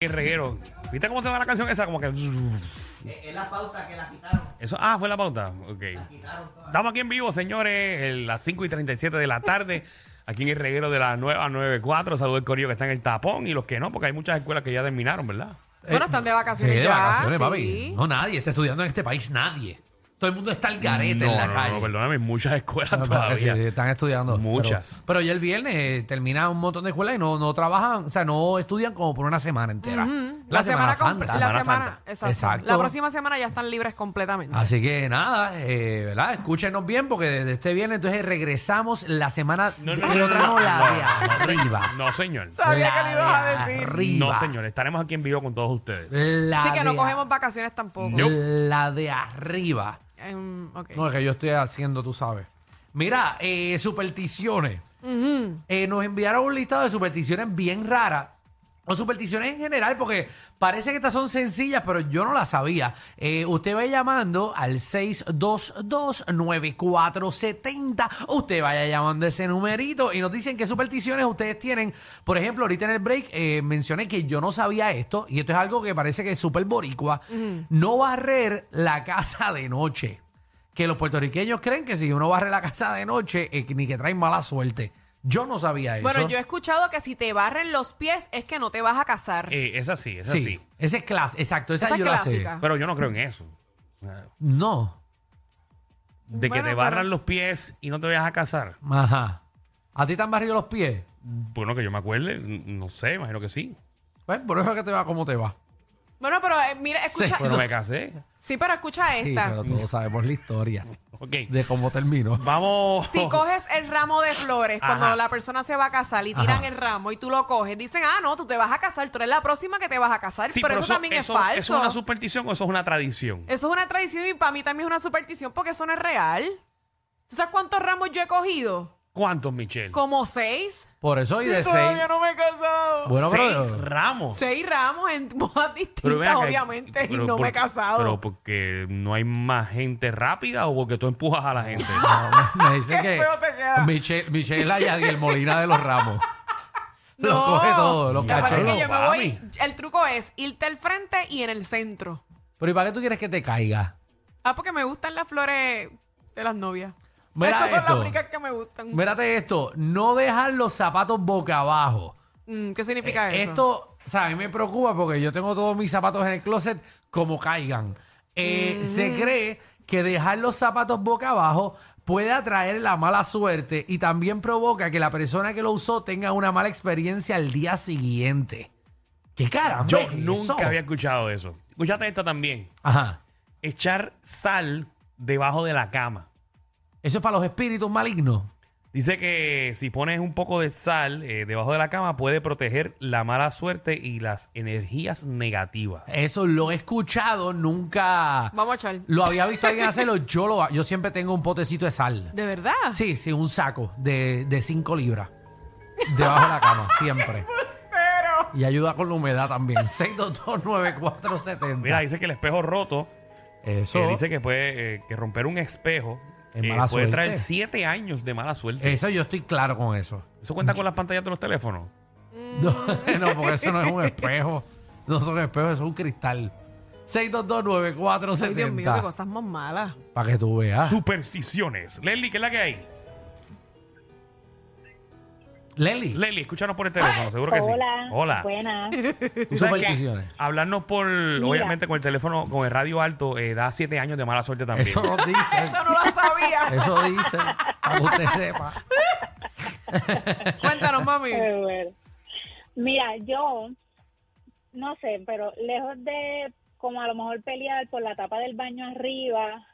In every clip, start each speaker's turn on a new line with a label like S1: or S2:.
S1: el reguero. ¿Viste cómo se va la canción esa? Como que.
S2: Es la pauta que la quitaron.
S1: Eso, ah, fue la pauta. Ok.
S2: quitaron toda.
S1: Estamos aquí en vivo, señores, en las 5 y 37 de la tarde. Aquí en el reguero de la nueva 94. Saludos al corillo que está en el tapón y los que no, porque hay muchas escuelas que ya terminaron, ¿verdad?
S3: Bueno, están de
S4: Eh, Sí,
S3: vacaciones
S4: de
S3: ya.
S4: vacaciones,
S3: sí.
S4: papi. No, nadie está estudiando en este país, nadie. Todo el mundo está al garete
S1: no,
S4: en la
S1: no,
S4: calle.
S1: no, perdóname, hay muchas escuelas
S4: Sí,
S1: todavía.
S4: sí, están estudiando.
S1: Muchas.
S4: Pero, pero ya el viernes eh, termina un montón de escuelas y no, no trabajan, o sea, no estudian como por una semana entera.
S3: Ujú. La, semana,
S4: Santa.
S3: comple- La
S1: Semana
S3: semana,
S1: Santa.
S3: exacto.
S4: Exacto.
S3: La próxima semana ya están libres completamente.
S4: Así que nada, eh, ¿verdad? Escúchenos bien porque desde este viernes entonces regresamos la semana
S1: No, no, no,
S4: de-
S1: no,
S4: otra
S1: no,
S4: la
S1: no,
S4: de
S1: no,
S4: arriba.
S1: No, señor.
S3: Sabía
S4: La
S3: que le ibas a
S4: de
S3: decir.
S4: arriba.
S1: No, señor. Estaremos aquí en vivo con todos ustedes.
S4: La
S3: Así que no
S4: de-
S3: cogemos vacaciones tampoco.
S1: Nope.
S4: La de arriba.
S3: Em, ok.
S4: No, es que yo estoy haciendo, tú sabes. Mira, eh, supersticiones. Eh, nos enviaron un listado de supersticiones bien raras. O supersticiones en general, porque parece que estas son sencillas, pero yo no las sabía. Eh, usted va llamando al 622-9470. Usted vaya llamando ese numerito y nos dicen qué supersticiones ustedes tienen. Por ejemplo, ahorita en el break eh, mencioné que yo no sabía esto, y esto es algo que parece que es súper boricua. No barrer la casa de noche que los puertorriqueños creen que si uno barre la casa de noche, eh, que ni que traen mala suerte. Yo no sabía eso.
S3: Bueno, yo he escuchado que si te barren los pies es que no te vas a casar.
S1: Eh, esa sí, esa
S4: sí,
S1: sí.
S4: Esa es clase, exacto, esa,
S3: Esa es
S4: yo la sé.
S3: clásica.
S1: Pero yo no creo en eso.
S4: No,
S1: De que
S3: Bueno,
S1: te barran
S3: pero-
S1: los pies y no te vayas a casar.
S4: ajá. ¿A ti te han barrido los pies?
S1: Bueno, que yo me acuerde, n- no sé, imagino que sí.
S4: Pues por eso es que te va como te va.
S3: Bueno, pero eh, mira, escucha.
S4: Sí,
S1: Pero me casé.
S3: Sí, pero escucha
S4: Sí,
S3: esta.
S4: pero todos sabemos la historia
S1: Ok.
S4: de cómo terminó.
S1: Vamos.
S3: Si coges el ramo de flores
S1: Oh. Ajá.
S3: cuando la persona se va a casar y tiran
S4: Ajá.
S3: el ramo y tú lo coges, dicen, ah, no, tú te vas a casar, tú eres la próxima que te vas a casar.
S1: Sí,
S3: pero, eso, también
S1: eso-
S3: es falso. Eh,
S1: ¿Eso es una superstición o eso es una tradición?
S3: Eso es una tradición y para mí también es una superstición porque eso no es real. ¿Tú sabes cuántos ramos yo he cogido?
S1: ¿Cuántos, Michelle?
S3: Como seis.
S4: Por eso y de seis.
S3: Todavía no me he casado.
S4: Bueno,
S1: Seis
S4: pero-
S1: ramos.
S3: Seis ramos en bodas distintas,
S1: Pero ven acá,
S3: obviamente,
S1: pero
S3: y no
S1: por-
S3: me he casado.
S1: Pero porque no hay más gente rápida o porque tú empujas a la gente.
S4: Me dice
S3: Qué
S4: que
S3: feo te queda.
S4: Michelle, Michelle y Adiel Molina de los Ramos.
S3: no.
S4: Lo coge todo, lo
S3: que pasa es
S4: cachorro.
S3: que yo me
S1: papi.
S3: voy. El truco es irte al frente y en el centro.
S4: Pero ¿y para qué tú quieres que te caiga?
S3: Ah, porque me gustan las flores de las novias.
S4: Mira
S3: Esas son
S4: esto.
S3: las únicas que me gustan.
S4: Mírate esto, no dejar los zapatos boca abajo.
S3: Mm, ¿Qué significa
S4: Eh,
S3: eso?
S4: Esto, o sea, a mí me preocupa porque yo tengo todos mis zapatos en el closet como caigan. Eh, Se cree que dejar los zapatos boca abajo puede atraer la mala suerte y también provoca que la persona que lo usó tenga una mala experiencia al día siguiente. ¿Qué caramba?
S1: Yo
S4: es
S1: nunca
S4: eso?
S1: había escuchado eso. Escuchate esta también.
S4: Ajá.
S1: Echar sal debajo de la cama.
S4: Eso es para los espíritus malignos.
S1: Dice que si pones un poco de sal eh, debajo de la cama puede proteger la mala suerte y las energías negativas.
S4: Eso lo he escuchado, nunca
S3: Vamos a echar.
S4: lo había visto alguien hacerlo. Yo, lo, yo siempre tengo un potecito de sal.
S3: ¿De verdad?
S4: Sí, sí, un saco de, de 5 libras. Debajo de la cama, siempre. Y ayuda con la humedad también. 6229470.
S1: Mira, dice que el espejo roto,
S4: eso.
S1: que dice que puede eh, que romper un espejo
S4: Es
S1: eh,
S4: mala
S1: puede traer
S4: suerte.
S1: siete años de mala suerte.
S4: Eso yo estoy claro con eso.
S1: ¿Eso cuenta con las pantallas de los teléfonos?
S3: Mm.
S1: Mm.
S4: No, no, porque eso no es un espejo. No son espejos, eso es un cristal.
S3: Ay, Dios mío, qué
S4: 6229470.
S3: cosas más malas.
S4: Para que tú veas.
S1: Supersticiones. Leslie, ¿qué es la que hay?
S4: Leli,
S1: Leslie, escúchanos por el teléfono, seguro que
S5: Hola. Pues,
S1: sí. Hola.
S5: Buenas.
S1: Tú sabes que
S4: supersticiones.
S1: hablarnos por, obviamente, con el teléfono, con el radio alto, eh, da siete años de mala suerte también.
S4: eso nos dice.
S3: Eso no lo sabía.
S4: Eso dice. Para que usted sepa.
S3: Cuéntanos, mami.
S5: Qué bueno. Mira, yo no sé, pero lejos de como a lo mejor pelear por la tapa del baño arriba,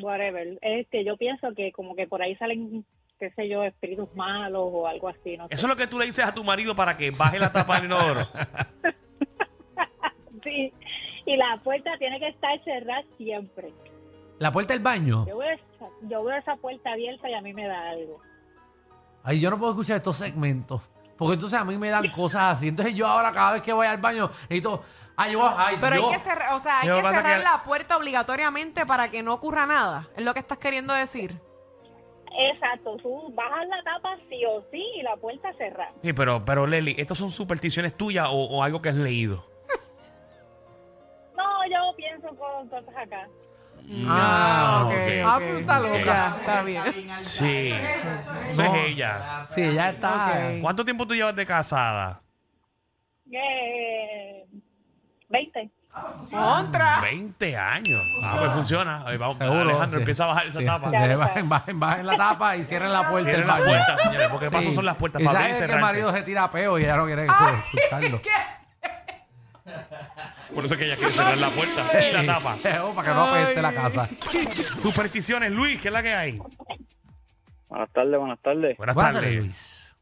S5: whatever, es que yo pienso que como que por ahí salen, qué sé yo, espíritus malos o algo así, no sé.
S1: Eso es lo que tú le dices a tu marido para que baje la tapa del inodoro.
S5: Sí. Y la puerta tiene que estar cerrada siempre.
S4: La puerta del baño.
S5: Yo veo, esa, yo veo esa puerta abierta y a mí me da algo.
S4: Ay, yo no puedo escuchar estos segmentos. Porque entonces a mí me dan cosas así. Entonces yo ahora cada vez que voy al baño necesito... Ay, yo, ay,
S3: Pero hay
S4: Dios.
S3: que cerrar, o sea, hay
S1: Lo
S3: que
S1: que pasa es
S3: cerrar
S1: que-
S3: la puerta obligatoriamente para que no ocurra nada. Es lo que estás queriendo decir.
S5: Exacto, tú bajas la tapa sí o sí y la puerta cerrada.
S1: Sí, pero, pero Leli, ¿estos son supersticiones tuyas o, o algo que has leído?
S5: No, yo pienso con cosas acá.
S3: Ah,
S1: Ah,
S3: ok. pues,
S1: ok.
S4: Ah, pero está
S1: Ok.
S4: loca.
S3: Está bien.
S2: alta.
S1: Sí.
S2: Eso es ella, eso es
S1: Eso
S4: No.
S1: es ella.
S2: ella.
S4: Sí, ya está.
S3: Ok.
S1: ¿Cuánto tiempo tú llevas de casada?
S5: Eh, 20.
S3: Contra.
S1: 20 años. Ah, pues funciona. Ahí vamos,
S4: Seguro,
S1: Alejandro,
S4: sí.
S1: empieza a bajar esa
S4: Sí.
S1: tapa.
S5: Ya.
S4: Sí, Bajen, bajen, bajen la tapa y cierren la puerta.
S1: Cierren
S4: el
S1: las
S4: baño.
S1: puertas, señores, porque
S4: Sí.
S1: paso son las puertas
S4: Y
S1: para
S4: sabes
S1: abrir y
S4: que el
S1: cerrarse.
S4: marido se tira peo y ella no quiere escucharlo.
S1: Por eso es que ella quiere cerrar la puerta y la tapa.
S4: Oh, para que no apeste la casa.
S1: Supersticiones, Luis, ¿qué es la que hay?
S6: Buenas tardes, buenas tardes.
S1: Buenas
S4: Buenas
S1: tardes.
S4: tardes, Luis.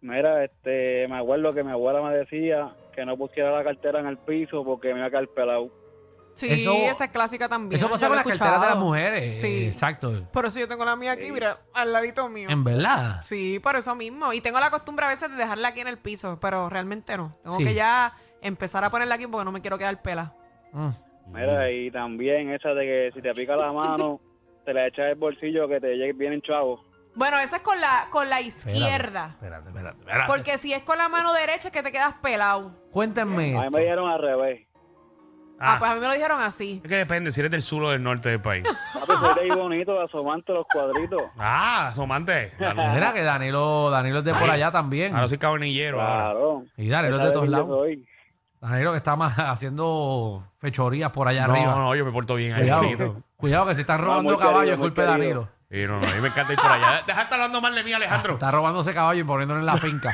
S6: Mira, este, me acuerdo que mi abuela me decía que no pusiera la cartera en el piso porque me iba a caer pelado.
S3: Sí,
S4: Eso-
S3: esa es clásica también.
S4: Eso pasa
S3: Yo
S4: con
S3: lo he
S4: las carteras de las
S3: escuchado.
S4: mujeres.
S3: Sí.
S4: eh, Exacto. Eh,
S3: Por eso yo tengo la mía aquí, mira, al ladito mío.
S4: En verdad.
S3: Sí, por eso mismo. Y tengo la costumbre a veces de dejarla aquí en el piso, pero realmente no. Tengo
S4: Sí.
S3: que ya empezar a ponerla aquí porque no me quiero quedar pela.
S4: Mm.
S6: Mira, y también esa de que si te pica la mano, te la echas el bolsillo que te lleguen- vienen chavos.
S3: Bueno, esa es con la, con la izquierda.
S4: Espérate, espérate, espérate.
S3: Porque si es con la mano derecha es que te quedas pelado.
S4: Cuéntenme.
S6: A mí me dieron al revés.
S3: Ah,
S1: Ah,
S3: pues a mí me lo dijeron así.
S1: es que depende si eres del sur o del norte del país.
S6: Ah, pues eres ahí bonito asomante los cuadritos.
S1: Ah, asomante. Claro.
S4: Mira que Danilo, Danilo es de por allá también.
S1: Ahora soy caberninillero. ahora.
S6: Claro.
S4: Y Danilo es
S6: Esa
S4: de todos
S6: quién yo
S4: lados.
S6: soy.
S4: Danilo que está más haciendo fechorías por allá
S1: No,
S4: arriba.
S1: no, yo me porto bien ahí.
S4: Cuidado,
S1: bonito.
S4: cuidado que se están robando
S6: muy querido,
S4: caballos,
S6: muy
S4: culpa de
S6: querido.
S4: Danilo.
S1: Y no, no, a mí me encanta ir por allá. Deja de estar hablando mal de mí, Alejandro.
S4: Está robándose caballo y poniéndolo en la finca.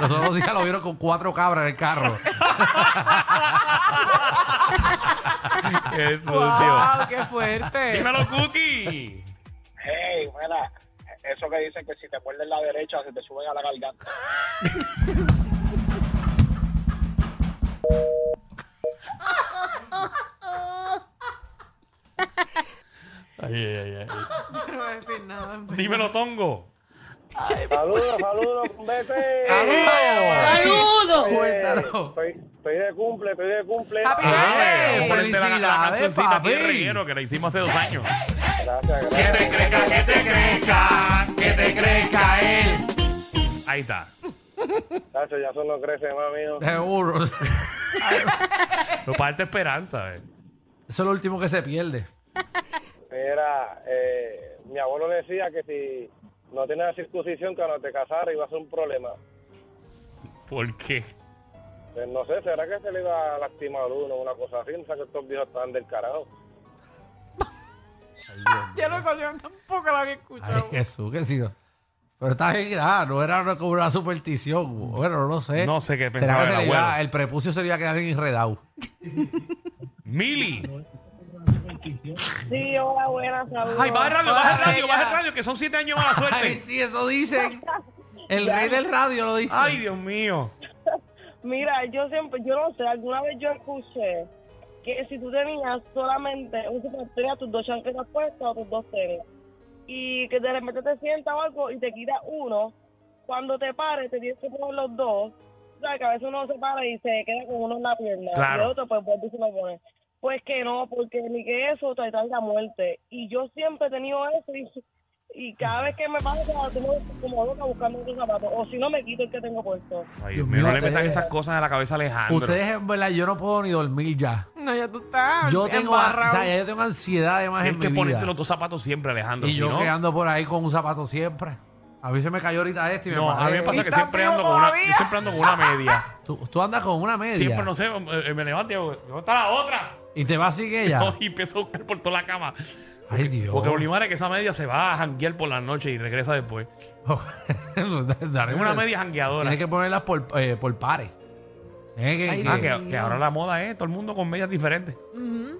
S4: Los otros días lo vieron con cuatro cabras en el carro.
S1: Qué sucio.
S3: ¡Wow! ¡Qué fuerte!
S1: Dímelo, Cookie.
S7: Hey, mira, eso que dicen que si te muerdes la derecha se te suben a la garganta.
S1: Ay, ay, ay, ay.
S3: no voy a decir nada. en verdad.
S1: Dímelo, Tongo.
S6: Saludos, saludos, un beso.
S4: ¡Saludos!
S6: Oye,
S4: Cuéntanos.
S6: Estoy, estoy de cumple, estoy de cumple.
S3: Happy
S1: Ah,
S3: birthday.
S1: vamos a ponerle la- la
S4: Felicidades,
S1: cancioncita aquí, el
S4: papi.
S1: reguero, que la hicimos hace dos años.
S6: Gracias,
S1: Que
S6: gracias.
S1: te crezca, que te crezca, que te crezca él. Ahí está.
S6: Gracias, ya solo crece, mami. ¿no?
S4: Seguro.
S1: Lo parte esperanza, eh.
S4: Eso es lo último que se pierde.
S6: Mira, eh, mi abuelo decía que si no tenías circuncisión cuando te casara iba a ser un problema.
S1: ¿Por qué?
S6: Pues no sé, ¿será que se le iba a lastimar uno o una cosa así? No sé que estos viejos están del carajo.
S3: Ya lo sabía, yo tampoco la había
S4: Ay,
S3: escuchado.
S4: Jesús, qué sido. Pero está bien, ah, no era una- como una superstición. Bueno, no lo sé.
S1: No sé qué
S4: Será
S1: pensaba
S4: que se
S1: el
S4: le iba-
S1: abuelo.
S4: el prepucio se le iba a quedar enredado.
S1: Mili.
S5: Sí, hola, buenas, saludos.
S1: Ay, baja el radio, baja el radio,
S3: Bella.
S1: baja el radio, que son siete años mala
S4: Ay,
S1: suerte.
S4: sí, eso dicen. El rey del radio lo dice.
S1: Ay, Dios mío.
S8: Mira, yo siempre, yo no sé, alguna vez yo escuché que si tú tenías solamente un superestrella, tus dos chancletas puestas o tus dos tenis, y que de repente te sientas o algo y te quitas uno, cuando te pares te tienes que poner los dos, o sea, que a veces uno se para y se queda con uno en la pierna,
S1: Claro.
S8: y el otro pues vuelve y se lo pone. Pues que no, porque ni que eso te trae la muerte. Y yo siempre he tenido eso y, y cada vez que me pasa, tengo como loca buscando otro zapato, o si no me quito el que tengo puesto.
S1: Ay, Dios
S4: Dios
S1: mío, no
S4: mío,
S1: le metan
S4: ustedes-
S1: esas cosas a la cabeza a Alejandro.
S4: Ustedes, en verdad, yo no puedo ni dormir ya.
S3: No, ya tú estás.
S4: Yo tengo,
S3: embarrado.
S4: o sea, ya yo tengo ansiedad además
S1: Tienes
S4: en mi
S1: que ponerte los
S4: vida.
S1: dos zapatos siempre, Alejandro.
S4: Y
S1: si
S4: yo
S1: no,
S4: que ando por ahí con un zapato siempre. A mí se me cayó ahorita este y me
S1: no, a mí me
S4: paré.
S1: pasa que
S3: ¿Estás
S1: siempre
S3: vivo
S1: ando, con una,
S3: todavía?
S1: yo siempre ando con una media.
S4: Tú, tú andas con una media
S1: Siempre, no sé, eh, eh, me levanto y digo, ¿dónde está la otra?
S4: y te vas así que ella.
S1: Y empiezo a buscar por toda la cama.
S4: Ay, Dios.
S1: Porque Olimar es que esa media se va a janguear por la noche y regresa después.
S4: Daré
S1: Es una media jangueadora.
S4: Tienes que ponerlas por, eh, por pares. Tienes que-
S3: Ay,
S4: que-
S1: Ah,
S3: Dios.
S1: que, que ahora la moda es todo el mundo con medias diferentes.
S3: Ujú.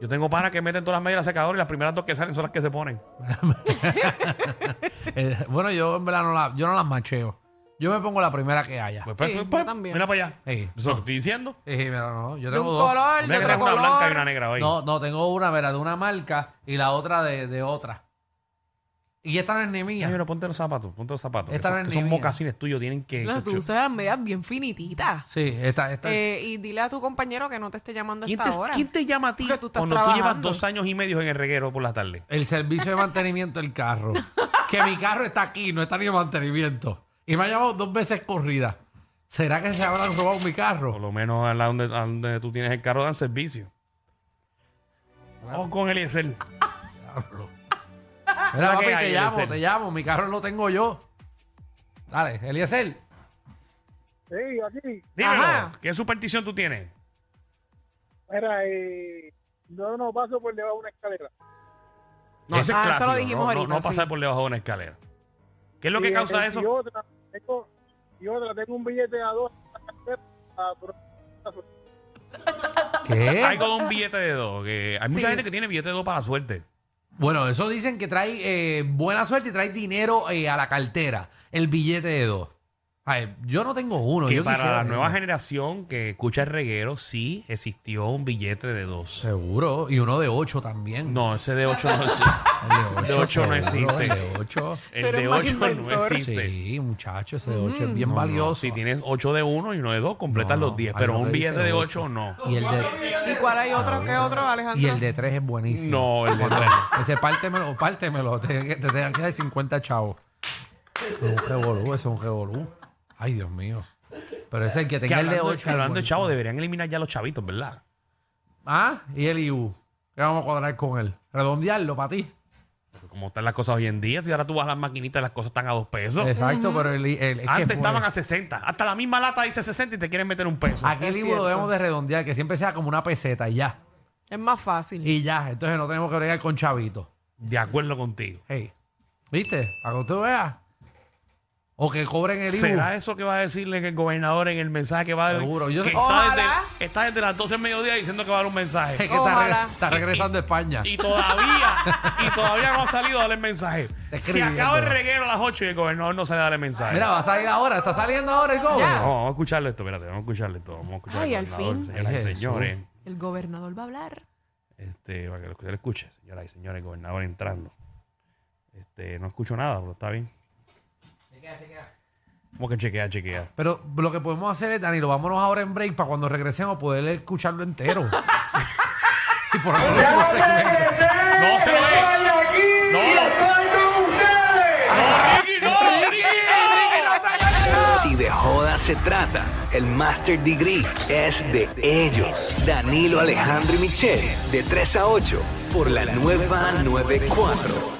S1: Yo tengo panas que meten todas las medias al secador y las primeras dos que salen son las que se ponen.
S4: eh, bueno, yo en verdad no, la- yo no las macheo. Yo me pongo la primera que haya.
S1: Pues,
S3: Sí, yo también.
S1: Mira para allá.
S4: Sí.
S1: Eso lo estoy diciendo.
S4: Sí, pero no, yo
S3: De
S4: tengo
S3: un
S4: dos.
S3: color, de
S1: Una, que
S3: otro
S1: trajo una blanca y una
S3: color.
S1: negra hoy.
S4: No, no, tengo una, mira, de una marca y la otra de, de otra. Y esta no es ni mía.
S1: Ay, pero ponte los zapatos, ponte los zapatos.
S4: Esta
S1: Esos-
S4: no es
S1: que
S4: ni
S1: son
S4: mía.
S1: mocasines tuyos, tienen
S4: eh,
S1: que.
S3: Las tú usas las medias bien finititas.
S4: Sí, esta, esta.
S3: Eh, y dile a tu compañero que no te esté llamando a
S1: ¿Quién
S3: esta
S1: te,
S3: hora.
S1: quién te llama a ti
S3: Porque tú estás
S1: cuando tú llevas
S3: trabajando.
S1: dos años y medio en el reguero por la tarde?
S4: El servicio de mantenimiento del carro. que mi carro está aquí, no está ni de mantenimiento. Y me ha llamado dos veces corrida. ¿Será que se habrán robado mi
S1: Por
S4: carro?
S1: lo menos a la donde, a donde tú tienes el carro dan servicio. Vamos con Eliezer.
S4: Diablo.
S1: La
S4: Mira, papi,
S1: que hay,
S4: te llamo,
S1: Eliezer.
S4: te llamo. Mi carro lo tengo yo. Dale, Eliezer.
S6: Sí, aquí.
S1: Dímelo,
S3: Ajá.
S1: ¿qué superstición tú tienes?
S6: Mira, eh, yo no paso por debajo de una escalera.
S1: No, ese
S3: Ah,
S1: es
S3: eso lo
S1: clásico,
S3: dijimos
S1: no, no-
S3: ahorita,
S1: no pasar
S3: sí.
S1: por debajo de una escalera. ¿Qué es lo
S6: Y,
S1: que
S6: eh,
S1: causa
S6: y
S1: eso?
S6: Otra, tengo, y otra, tengo un billete a dos. a- a-
S1: Hay
S4: ¿Qué?
S1: como un billete de dos. que hay mucha
S3: Sí.
S1: gente que tiene billete de dos para la suerte.
S4: Bueno, eso dicen que trae eh, buena suerte y trae dinero eh, a la cartera. El billete de dos. Ay, yo no tengo uno.
S1: que
S4: yo
S1: para
S4: quisiera
S1: la nueva
S4: tenerlo.
S1: generación que escucha el reguero, sí existió un billete de dos.
S4: Seguro. Y uno de ocho también.
S1: No, ese de ocho no existe.
S4: El
S1: de ocho no
S4: seguro,
S1: existe.
S4: El de ocho.
S1: El
S3: Pero
S1: de
S3: es más
S1: ocho no
S3: inventor.
S1: existe.
S4: Sí, muchacho, ese de 8 es bien
S1: No, no.
S4: valioso.
S1: Si tienes 8 de uno y uno de dos, completas
S4: No,
S1: los 10.
S4: ahí
S1: Pero
S4: lo
S1: un
S4: que dice
S1: billete de
S4: ocho.
S1: 8 no.
S4: y, el de,
S3: ¿Y cuál hay otro que otro, Alejandro?
S4: Ah, y el de 3 es buenísimo.
S1: No, el de
S4: Cuando-
S1: tres.
S4: Ese pártemelo, pártemelo. Te, te tengan que dar 50 chavos. Es un revolú, ese es un revolú. Ay, Dios mío. Pero ese el que
S1: Que
S4: tenga el de
S1: hablando,
S4: 8.
S1: hablando de chavo, deberían eliminar ya los chavitos, ¿verdad?
S4: Ah, y el IU. ¿Qué vamos a cuadrar con él? Redondearlo para ti.
S1: Porque Como están las cosas hoy en día, si ahora tú vas a las maquinitas, las cosas están a dos pesos.
S4: Exacto, pero el, el- es que
S1: Antes
S4: es
S1: estaban
S4: bueno.
S1: a 60. Hasta la misma lata dice 60 y te quieren meter un peso.
S4: Aquí el
S3: Es
S4: IU lo
S3: cierto.
S4: debemos de redondear, que siempre sea como una peseta y ya.
S3: Es más fácil.
S4: Y ya, entonces no tenemos que bregar con chavitos.
S1: De acuerdo contigo.
S4: Hey, ¿viste? Para que usted vea. O que cobren el IBU.
S1: ¿Será eso que va a decirle que el gobernador en el mensaje que va a dar?
S4: Seguro, yo
S1: que
S4: sé-
S1: está,
S3: Ojalá.
S1: desde, está desde las 12 del mediodía diciendo que va a dar un
S4: Es que
S1: mensaje.
S4: está, re-
S3: Ojalá.
S4: está regresando a España.
S1: Y todavía, y todavía no ha salido a darle el mensaje.
S4: Está
S1: Se acaba el
S4: escribiendo.
S1: reguero a las 8 y el gobernador no sale a darle mensaje.
S4: Mira, va a salir ahora. Está saliendo ahora el cobre.
S3: Ya.
S1: No, vamos a escucharle esto, espérate, vamos a escucharle esto. Vamos a escuchar
S3: Ay, al
S1: gobernador,
S3: fin.
S1: señoras y
S4: Ah. Ay, Jesús.
S1: señores.
S3: El gobernador va a hablar.
S1: Este, para que usted lo escuche, señoras y señores, el gobernador entrando. Este, no escucho nada, pero está bien.
S2: Chequea, chequea.
S1: Como que chequea, chequea.
S4: Pero lo que podemos hacer es, Danilo, vámonos ahora en break para cuando regresemos poder escucharlo entero. y por ahora no se ve.
S1: ¡No se ve! ¡No! ¡No, Ricky, no! Ricky, no!
S9: Si de joda se trata, el Master Degree es de ellos. Danilo Alejandro y Michelle, de 3 a 8, por la nueva 94.